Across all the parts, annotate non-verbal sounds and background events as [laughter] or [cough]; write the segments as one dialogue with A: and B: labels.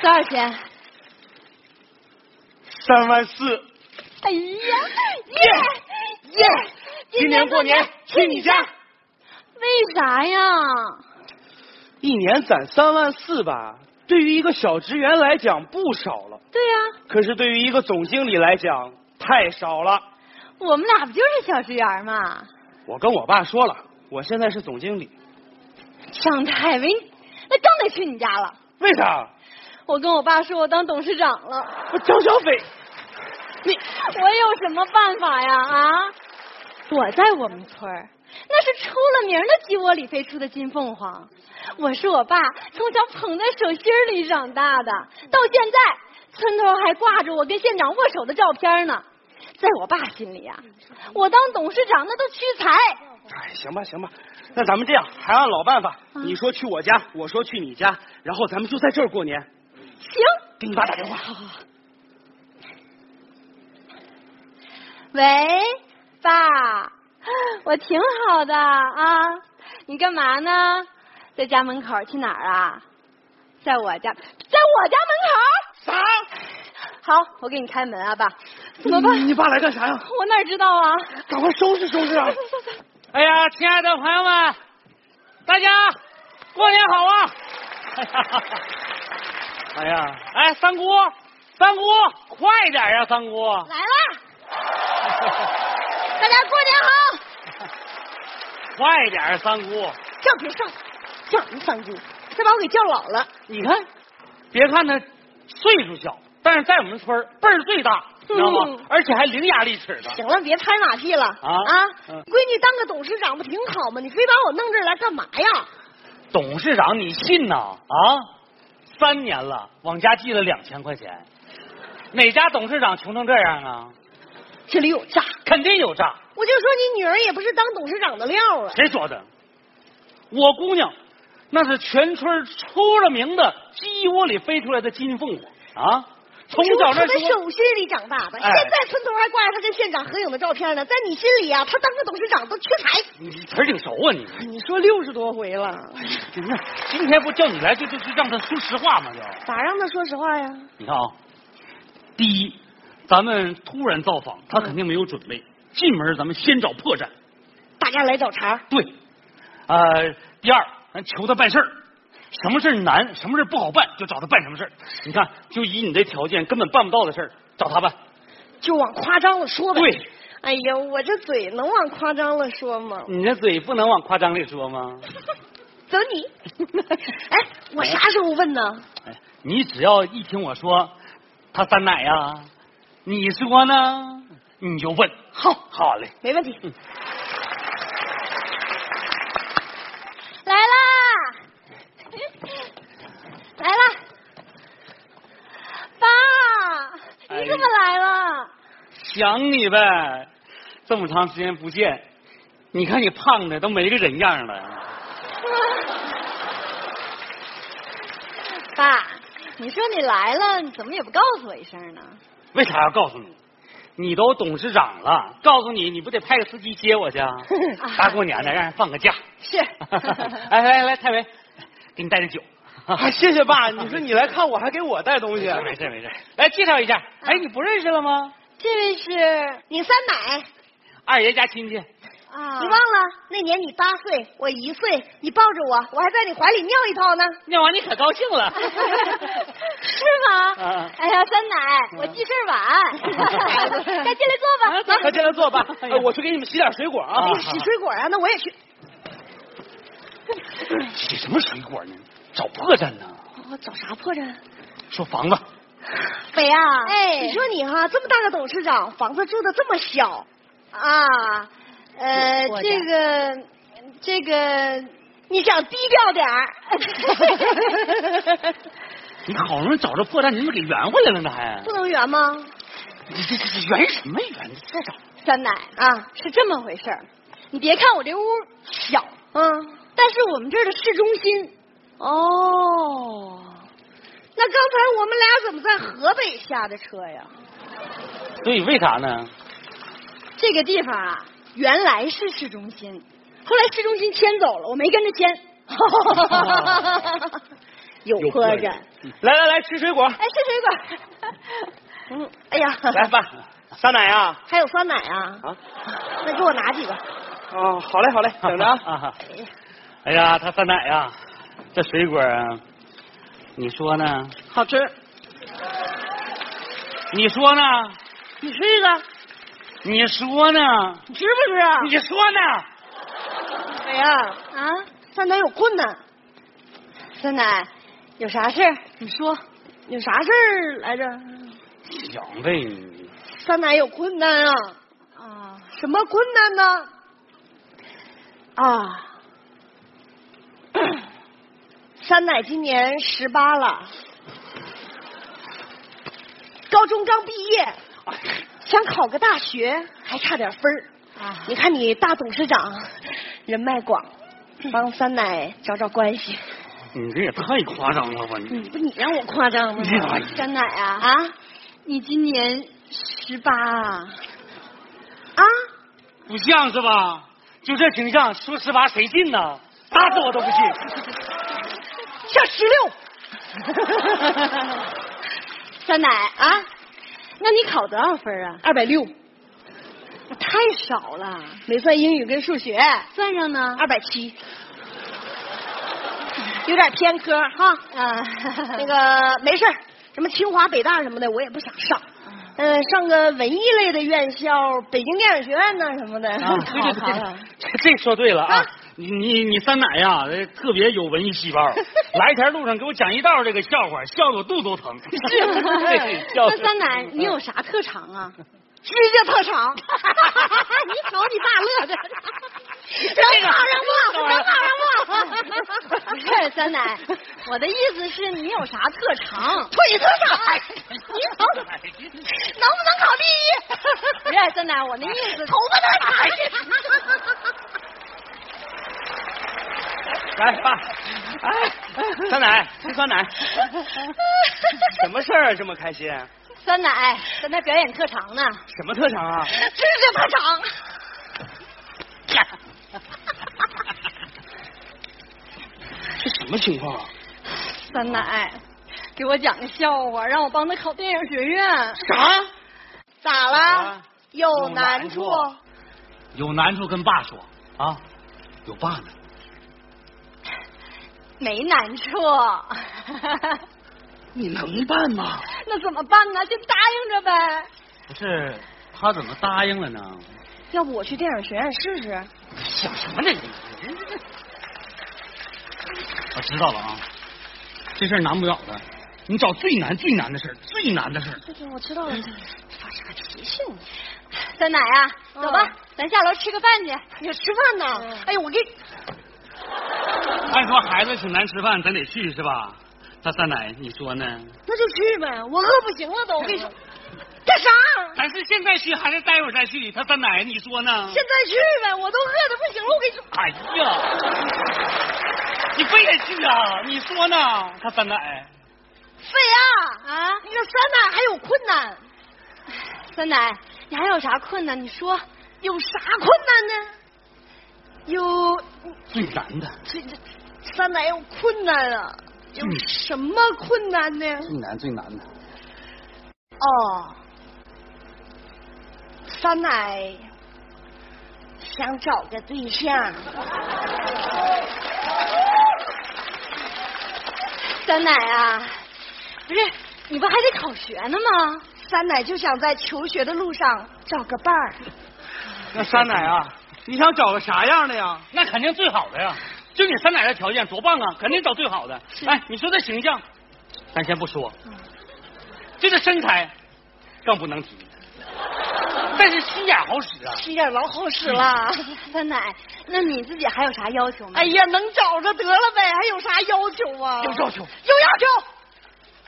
A: 多少钱？
B: 三万四。
A: 哎呀，耶耶！
B: 今年过年去你家。
A: 为啥呀？
B: 一年攒三万四吧，对于一个小职员来讲不少了，
A: 对呀、
B: 可是对于一个总经理来讲太少了。
A: 我们俩不就是小职员嘛？
B: 我跟我爸说了，我现在是总经理，
A: 张太为，那更得去你家了。
B: 为啥？
A: 我跟我爸说，我当董事长了，
B: 我张小斐，你
A: 我有什么办法呀？啊，我在我们村儿那是出了名的鸡窝里飞出的金凤凰。我是我爸从小捧在手心里长大的，到现在村头还挂着我跟县长握手的照片呢。在我爸心里呀、我当董事长那都屈才。
B: 哎，行吧行吧，那咱们这样，还按老办法，你说去我家，我说去你家，然后咱们就在这儿过年。
A: 行，
B: 给你爸打电话
A: 好好好。喂，爸，我挺好的啊，你干嘛呢？在家门口？去哪儿啊？在我家，在我家门
B: 啥？
A: 口。好，我给你开门啊，爸。怎么办？
B: 你爸来干啥呀？
A: [laughs] 我哪
B: [laughs]
A: 知道啊？
B: 赶快收拾收拾啊！
C: 哎呀，亲爱的朋友们，大家过年好啊！
B: [laughs] 哎呀，
C: 哎，三姑，三姑，快点呀、三姑！ [laughs]
A: 来啦！大家过年好！
C: 快点呀、三姑！
A: 叫别上，叫什么三姑？这把我给叫老了。
C: 你看，别看他岁数小，但是在我们村儿辈儿最大，你知道吗
A: 嗯？
C: 而且还伶牙俐齿的。
A: 行了，别拍马屁了
C: 啊嗯
A: 闺女当个董事长不挺好吗？你非把我弄这儿来干嘛呀？
C: 董事长，你信呐？啊，三年了，往家寄了两千块钱，哪家董事长穷成这样啊？
A: 这里有诈！
C: 肯定有诈。
A: 我就说你女儿也不是当董事长的料啊！
C: 谁说的？我姑娘那是全村出了名的鸡窝里飞出来的金凤凰啊！从小那
A: 她在
C: 时候，
A: 手心里长大的，
C: 哎
A: 现在村头还挂着她跟县长合影的照片呢。在你心里啊，她当个董事长都缺才。
C: 你词儿挺熟啊你。
A: 你说六十多回了，
C: 真的，今天不叫你来就就就让他说实话嘛就。
A: 咋让她说实话呀？
C: 你看啊，第一，咱们突然造访，他肯定没有准备，进门咱们先找破绽。
A: 大家来找茬，
C: 对，呃，第二，咱求他办事儿，什么事儿难，什么事儿不好办，就找他办什么事儿。你看，就以你这条件，根本办不到的事儿，找他办。
A: 就往夸张了说呗。
C: 对，
A: 哎呀，我这嘴能往夸张了说吗？
C: 你这嘴不能往夸张里说吗？
A: 走你！
C: [laughs]
A: 哎，我啥时候问呢？
C: 哎，你只要一听我说他三奶呀、你说呢，你就问。好，好嘞。
A: 没问题。
C: 嗯
A: 来啦， [laughs] 来啦，爸，
C: 哎
A: 你怎么来了？
C: 想你呗，这么长时间不见，你看你胖的都没个人样了。
A: 爸，你说你来了，你怎么也不告诉我一声呢？
C: 为啥要告诉你？你都董事长了，告诉你，你不得派个司机接我
A: [laughs]
C: 去啊？大过年的，让人放个假。
B: [laughs]
A: 是
C: 来哎来来，太维，给你带点酒。
B: 哎谢谢爸，你说你来看我还给我带东
C: 没
B: 西，啊嗯
C: 事没事没事，来介绍一下。哎，你不认识了吗？
A: 这位是你三奶
C: 二爷家亲戚。
A: 啊
D: 你忘了那年你八岁，我一岁，你抱着我，我还在你怀里尿一泡
A: [laughs]
D: 呢。
C: 念完你可高兴
B: [laughs]
C: 了
A: 是吗？
C: 嗯
A: 哎呀，三奶，我记事儿晚，
C: [laughs]
A: [laughs] 该进来坐
C: 啊
A: 吧。哎
B: 快进来坐吧，哎
C: 哎呀
B: 我去给你们洗点水果啊。
C: 啊
D: 洗水果啊，那我也去。
C: 洗什么水果呢？找破绽呢？
D: 我找啥破
A: 啊
D: 绽？
C: 说房子，
D: 北啊，
A: 哎
D: 你说你哈这么大个董事长，房子住的这么小，
A: 啊，呃，
D: 我家
A: 这个，这个，
D: 你想低调
A: [laughs]
D: 点儿？
C: 你好容易找着破绽，你怎么给圆回来了呢？还
D: 不能圆吗？
C: 你这这这圆什么圆？你再找。
A: 三奶
D: 啊，
A: 是这么回事儿。你别看我这屋小，
D: 嗯，
A: 但是我们这儿的市中心，
D: 哦，那刚才我们俩怎么在河北下的车呀？
C: 对，为啥呢？
A: 这个地方啊，原来是市中心，后来市中心迁走了，我没跟着迁。有
E: 有
A: 泼
E: 客
A: 人。
C: 嗯
E: 来来来，吃水果，
A: 哎，吃水 [laughs] 果。嗯，哎呀，
C: [laughs]
E: 来爸，酸奶啊！
A: 还有酸奶啊？
E: 啊，
A: 那给我拿几个。
E: 哦，好嘞好嘞，等着啊。
C: 啊！ [laughs] 哎呀，他酸奶呀，这水果啊，你说呢？
E: 好吃，
C: 你说呢？
A: 你吃一个，
C: 你说呢？
A: 你吃不吃啊？
C: 你说呢？
A: 哎呀，
D: 啊，
A: 酸奶有困难。酸奶，有啥事儿你说，有啥事儿来着？
C: 想呗，你
A: 酸奶有困难啊？
D: 啊，
A: 什么困难呢？啊， [coughs] 酸奶今年十八了，高中刚毕业，想考个大学，还差点分儿。
D: 啊
A: 你看你大董事长人脉广，帮酸奶找找关系。
C: 你这也太夸张了吧？
E: 嗯
C: 你
A: 嗯不，你让我夸张吗
C: 哎？
A: 酸奶啊啊
D: 啊，你今年十八啊？
A: 啊！
C: 不像是吧？就这形象，说实话谁信呢？打死我都不信。
A: 像石榴，
D: 酸奶啊，那你考多少分啊？
A: 二百六，
D: 太少了，
A: 没算英语跟数学，
D: 算上呢？
A: 二百七，有点偏科哈。
D: 啊，
A: 那个没事儿什么清华、北大什么的，我也不想上。
D: 嗯
A: 呃，上个文艺类的院校，北京电影学院呐什么的， [laughs]
D: 嗯
C: 啊，对对
A: 考考
C: 对，这这说对了啊
A: 啊！
C: 你你你酸奶呀，呃特别有文艺细
D: [laughs]
C: 胞。来前路上给我讲一道这个笑话，笑得我肚子都
A: [laughs]
C: 疼。 [laughs] 对笑哎
D: 那
C: 死
D: 酸奶，你
C: [laughs]
D: 有啥特长
A: [laughs]
D: 啊？
A: 指甲特长。
D: [laughs] 你瞅你爸乐的，
A: [laughs]
D: 能考上不？能考 [laughs] 上不？不是酸奶，我的意思是你有啥特长？
A: 腿特长，
D: 哎
C: 哎
D: 你
A: [laughs]
C: [laughs]
D: 瞅，
A: 能不能考第一？
D: [laughs] 不是酸奶，我那意思，
A: [laughs] 头发特长，
D: [laughs]
E: 来爸，哎，酸奶吃酸奶，什么事儿啊这么开心？
D: 酸奶在那表演特
A: [laughs]
D: 长呢。
E: 什么特长啊？
A: 指甲特长。
E: 这什么情况啊？
D: 酸奶给我讲个笑话，让我帮他考电影学院。
E: 啥？
A: 咋了
E: 啊？
A: 有
C: 有难
A: 难
C: 处
A: 处？
C: 有难处跟爸说啊，有爸呢。
D: 没难处， [laughs]
E: 你能办吗？
D: 那怎么办呢？就答应着呗。
C: 不是他怎么答应了呢？
A: 要不我去电影学院试试？
C: 想什么呢你？我知道了啊，这事儿难不了的。你找最难最难的事儿，最难的事儿。
A: 对对，我知道了。
D: 发啥脾气呢？酸奶啊，走吧，
A: 嗯
D: 咱下楼吃个饭去。
A: 你吃饭呢
D: 嗯？
A: 哎呦，我给
C: 按说孩子挺难吃饭，咱得去是吧？大三奶，你说呢？
A: 那就去呗，我饿不行了都。我跟你说，
D: 嗯
A: 干啥？
C: 咱是现在去还是待会儿再去？他三奶，你说呢？
A: 现在去呗，我都饿的不行了。我跟你说，
C: 哎呀，你非得去啊？你说呢？他三奶，
A: 费啊
D: 啊
A: 那个酸奶还有困难，
D: 酸奶，你还有啥困难？你说
A: 有啥困难呢？
D: 有
C: 最难的，
A: 这这酸奶有困难啊？有
D: 嗯
A: 什么困难呢？
C: 最难最难的。
A: 哦，酸奶想找个对象，
D: 酸奶啊？不是，你不还得考学呢吗？
A: 酸奶就想在求学的路上找个伴儿。
E: 那酸奶
C: [laughs]
E: 啊，你想找个啥样的呀？
C: 那肯定最好的呀！就你三奶的条件多棒啊，肯定找最好的。哎，你说这形象，咱先不说，就这身材更不能 [laughs] 提。但是心眼好使啊！
A: 心眼老好使 [laughs] 了。
D: 酸奶，那你自己还有啥要求吗？
A: 哎呀，能找着得了呗，还有啥要求啊？
C: 有要求，
A: 有要求，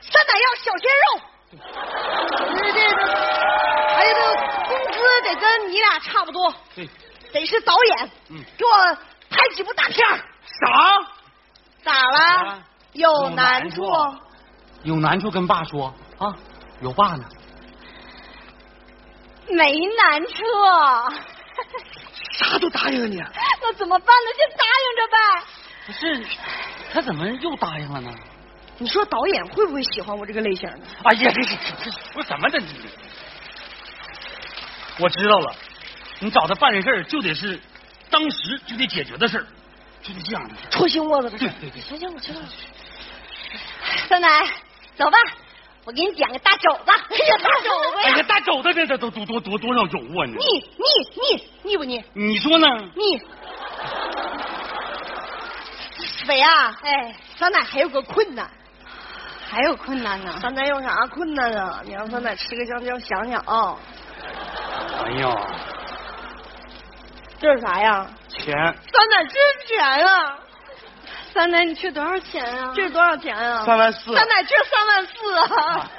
A: 酸奶要小鲜肉。 [laughs] 这这这，哎呀，这工资得跟你俩差不多，
C: 对，
A: 得是导演，
C: 嗯
A: 给我拍几部大片儿
C: 啥？
A: 咋了
C: 啊？
A: 有难处
C: 有？难处有难处跟爸说啊，有爸呢。
D: 没难
A: [laughs]
D: 处，
E: 啥都
C: 啊
E: 答应你。
D: 那怎么办呢？就答应着呗。
C: 不是，他怎么又答应了呢？
D: 你说导演会不会喜欢我这个类型呢？
C: 哎呀，这这这说什么呢你？我知道了，你找他办这事儿就得是当时就得解决的事儿，就得这样的。
D: 戳心窝子的事
C: 对
D: 儿。
C: 对对，
D: 行行，我知道了。
A: 三奶，走吧，我给你讲个大肘子。哎呀，大肘
C: 哎
A: [laughs]
C: 呀，！大肘子这这都多多多多少油啊你？
D: 腻腻腻腻不腻？
C: 你说呢？
D: 腻。伟啊，哎，咱俩还有个困难，
A: 还有困难啊呢？
D: 咱俩有啥困难啊？你让咱俩吃个香蕉，想想啊，
C: 哎呀，
D: 这是啥呀？
C: 啊
B: 钱
D: 咱俩这是钱啊？
A: 三奶，你缺多少钱啊？
D: 这是多少钱啊？
B: 三万四，
D: 咱俩这三万四啊？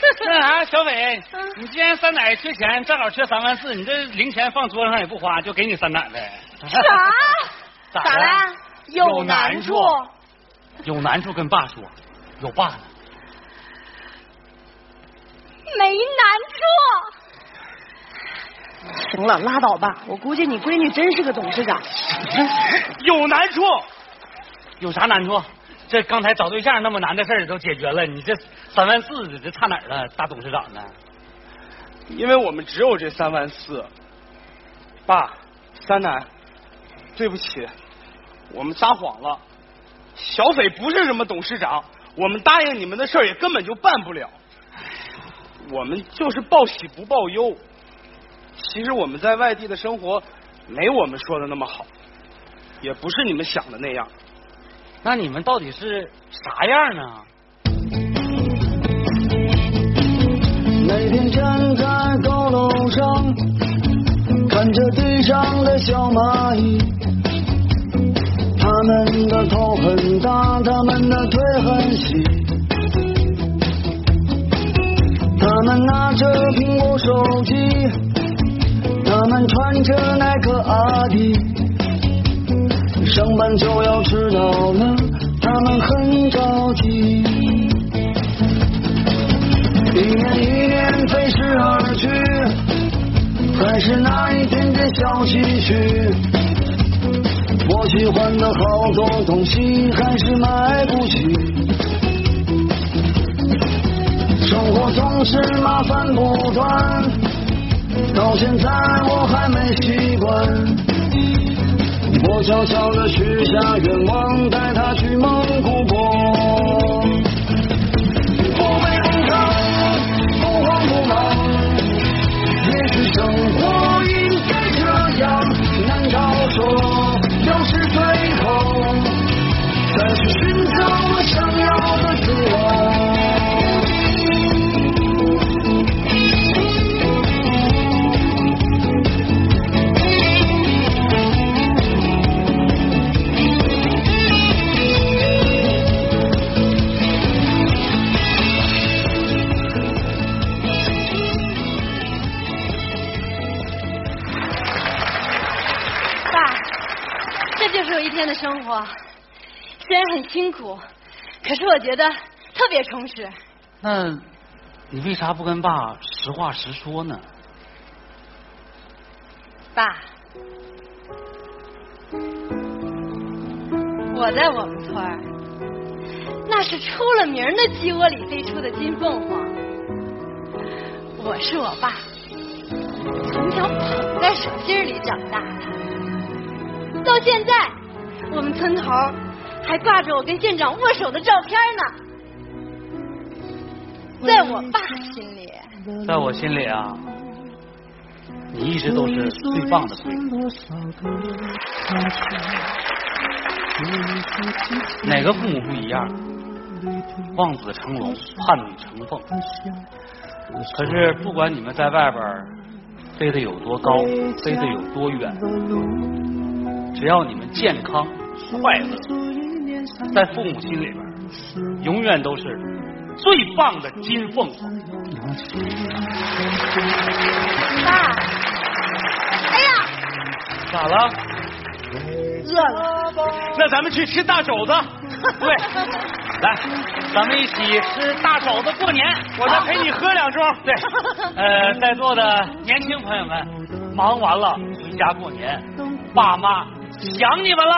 C: 那啥，小伟，你既然三奶缺钱，正好缺三万四，你这零钱放桌子上也不花，就给你三奶呗。啊
D: 啥？
C: [laughs] 咋
D: 咋
C: 了？
D: 了？有
C: 有难
D: 难
C: 处有难处跟爸说，有爸呢。
A: 没难
D: 行了，拉倒吧。我估计你闺女真是个董事长。
C: 有难处，有啥难处？这刚才找对象那么难的事儿都解决了，你这三万四这差哪儿了？大董事长呢？
B: 因为我们只有这三万四。爸，三奶，对不起，我们撒谎了。小斐不是什么董事长，我们答应你们的事儿也根本就办不了。我们就是报喜不报忧。其实我们在外地的生活没我们说的那么好，也不是你们想的那样。
C: 那你们到底是啥样呢？
F: 每天站在高楼上，看着地上的小蚂蚁，它们的头很大，它们的腿很细，它们拿着苹果手机，它们穿着耐克阿迪，上班就要迟到了，它们很着急。一年一年飞逝而去，还是那一点点小唏嘘。我喜欢的好多东西还是买不起，生活总是麻烦不断，到现在我还没习惯。我悄悄地许下愿望，带她去蒙古国。不卑不亢，不慌不忙。也许生活应该这样，难道说六十岁后再去寻找我想要的自我？
A: 处。爸，这就是我一天的生活，虽然很辛苦，可是我觉得特别充实。
C: 那，你为啥不跟爸实话实说呢？
A: 爸，我在我们村儿，那是出了名儿的鸡窝里飞出的金凤凰。我是我爸，从小捧在手心儿里长大的，到现在，我们村头儿还挂着我跟县长握手的照片儿呢。在我爸心里，
C: 在我心里啊，你一直都是最棒的闺女。哪个父母不一样？望子成龙，盼女成凤。可是不管你们在外边儿飞得有多高，飞得有多远，只要你们健康快乐，在父母心里边儿，永远都是最棒的金凤凰。
A: 爸，哎呀，
C: 咋了？
D: 饿了，
C: 那咱们去吃大
D: [laughs]
C: 肘子。对，来，咱们一起吃大肘子过年，我再陪你喝两盅。对，呃，在座的年轻朋友们，忙完了回家过年，爸妈想你们了。